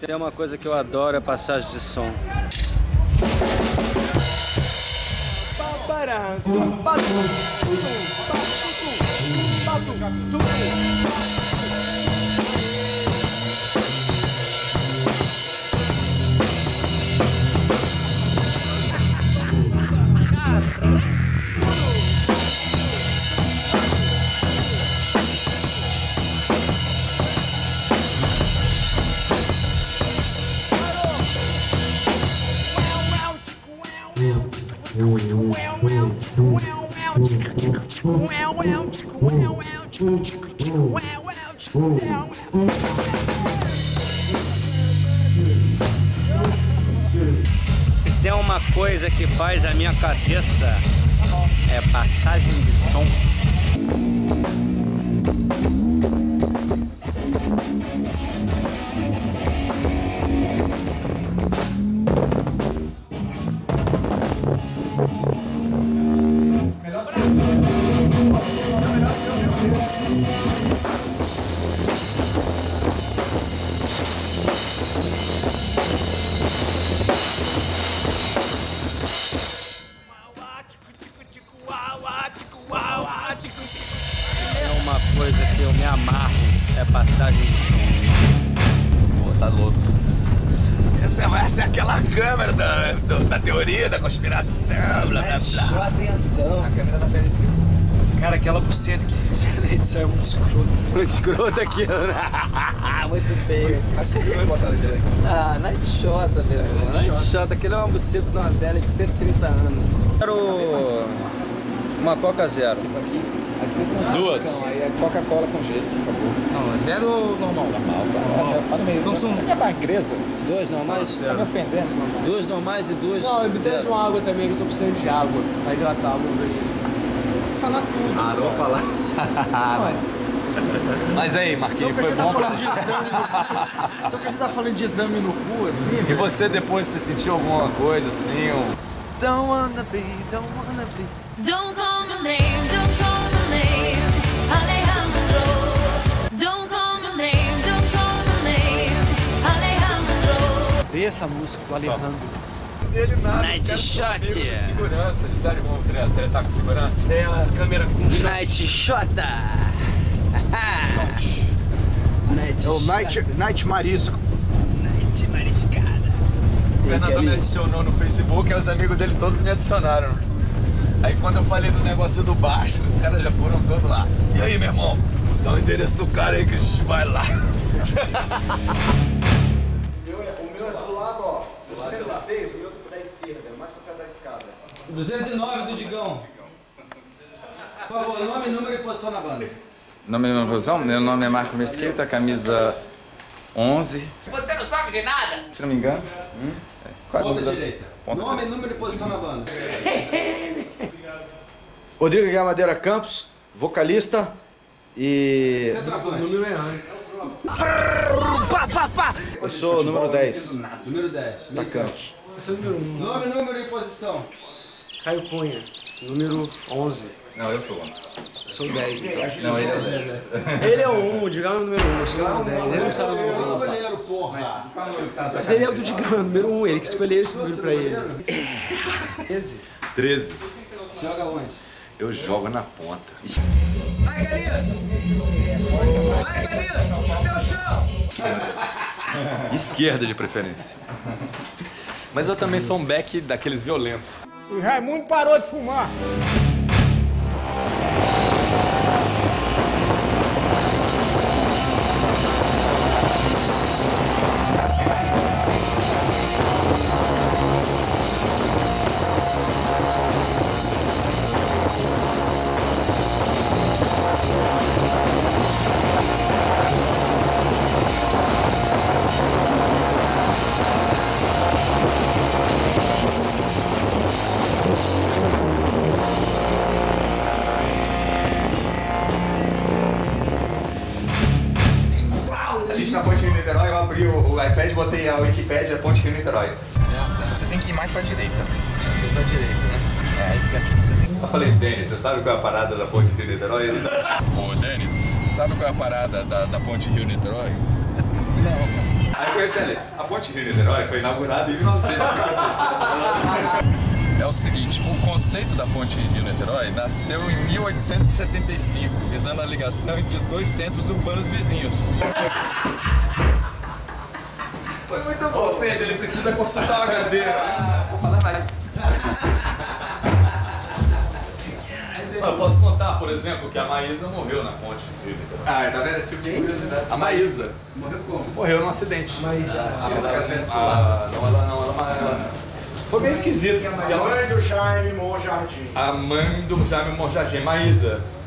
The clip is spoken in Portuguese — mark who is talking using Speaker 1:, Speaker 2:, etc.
Speaker 1: Tem uma coisa que eu adoro é passagem de som. Se tem uma coisa que faz a minha cabeça é passagem de som. É uma coisa que eu me amarro é passagem de som.
Speaker 2: Pô, tá louco. Essa, é- essa é aquela câmera da, do- da teoria, da conspiração, blá blá blá.
Speaker 3: atenção. A câmera tá parecida. Cara, aquela buceta que fizeram na edição é muito escrota.
Speaker 1: Muito escroto aquilo, né?
Speaker 4: Ah, muito feio.
Speaker 3: Assim
Speaker 4: Ah, Night Shot, meu irmão. Night Shot, aquele é uma buceta de uma velha de 130 anos.
Speaker 1: Quero uma Coca Zero.
Speaker 3: Tipo
Speaker 2: Duas.
Speaker 3: Aí é Coca-Cola com gelo, por favor.
Speaker 4: Não, é zero normal.
Speaker 3: Tá no meio.
Speaker 4: Então são-
Speaker 3: É magreza.
Speaker 1: Duas normais?
Speaker 3: Tá me ofendendo, mano.
Speaker 1: Duas normais e duas.
Speaker 3: Não, eu preciso de
Speaker 1: zero.
Speaker 3: uma água também, que eu tô precisando de água. Vai hidratar a luva aí. Falar tudo.
Speaker 2: Aropa lá. Mas aí,
Speaker 3: tá
Speaker 2: Marquinhos, foi bom pra você.
Speaker 3: Só que a gente tá falando de exame no cu, assim,
Speaker 2: E você depois, você sentiu alguma
Speaker 3: tá-
Speaker 2: coisa assim? Um... Don't wanna be, don't wanna be.
Speaker 5: Don't call my name, don't call my name, Alejandro. Don't call my name, don't call my name, Alejandro.
Speaker 3: Dei essa música do Alejandro.
Speaker 2: Ele nada,
Speaker 1: Night
Speaker 2: os caras
Speaker 1: shot.
Speaker 2: comigo de segurança. Eles sabe como tre- tretar com segurança?
Speaker 3: Daí a câmera com gelo.
Speaker 1: Night Shota.
Speaker 4: Night
Speaker 6: É O Night, Night Marisco.
Speaker 4: Night mariscada.
Speaker 2: O Fernandão
Speaker 4: ali.
Speaker 2: me adicionou no Facebook, aí os amigos dele todos me adicionaram. Aí quando eu falei do negócio do baixo, os caras já foram todos lá. E aí, meu irmão? Dá o endereço do cara aí que a gente vai lá.
Speaker 6: O meu é do lado, ó. Do lado o meu é da esquerda, é mais pra cá da escada.
Speaker 1: 209 do Digão. Por favor, nome, número e posição na banda.
Speaker 7: Nome e produção? Meu nome é Marco Mesquita, camisa 11. Você não sabe de nada? Se não me engano. Hum, é. Qual a
Speaker 1: Ponta
Speaker 7: dúvida?
Speaker 1: direita.
Speaker 7: Ponta
Speaker 1: Nome, número e posição na banda.
Speaker 6: Rodrigo Gamadeira Campos, vocalista e.
Speaker 1: Centroavante.
Speaker 3: Número é antes.
Speaker 6: Eu sou o número
Speaker 3: né?
Speaker 6: 10
Speaker 1: Número 10.
Speaker 6: da Campos.
Speaker 3: Esse é o número 1.
Speaker 1: Nome, número e posição.
Speaker 3: Caio Cunha, número 11.
Speaker 7: Não, eu sou o 11.
Speaker 3: Eu sou o 10. então.
Speaker 7: Não, ele é o 10.
Speaker 3: Ele é o 1, o Digão é o número 1, eu sou o né? número 10. Ele não sabe o número dele.
Speaker 1: Goleiro, porra.
Speaker 3: Mas ele é o do Digão, é o número 1, ele que escolheu esse número pra ele.
Speaker 7: 13.
Speaker 1: Joga onde?
Speaker 7: Eu jogo na ponta.
Speaker 2: Vai, Galias! Vai, Galias! Até o chão! Esquerda de preferência. Mas eu também sou um back daqueles violentos.
Speaker 8: O Raimundo parou de fumar.
Speaker 7: A gente na Ponte Rio Niterói, eu abri o, o iPad, botei a Wikipédia Ponte Rio Niterói. Você tem que ir mais pra direita. né? É, Eu tô pra direita, né? É, isso que é Eu falei, Denis, você sabe qual é a parada da Ponte Rio Niterói? Ele... Ô, Denis, sabe qual é a parada da, da Ponte Rio Niterói? Não.
Speaker 9: Aí conhece ali, a ponte Rio-Niterói foi inaugurada em 1955. É o seguinte, o conceito da ponte Rio-Niterói nasceu em 1875, visando a ligação entre os dois centros urbanos vizinhos.
Speaker 7: Foi muito bom. Ou seja, ele precisa consultar o HD. né?
Speaker 9: Vou falar mais.
Speaker 7: Eu posso contar, por exemplo, que a Maísa morreu na ponte Rio Niterói.
Speaker 9: Ah, tá vendo? Esse tipo de curiosidade.
Speaker 7: A Maísa
Speaker 10: Morreu como?
Speaker 7: morreu num acidente. Maísa.
Speaker 9: Ela já tinha
Speaker 7: Ah, não, ela não, ela, ela- Foi bem esquisito. né?
Speaker 11: Mãe do Jaime Mon Jardim.
Speaker 7: A mãe do Jaime Morjagem, Maísa,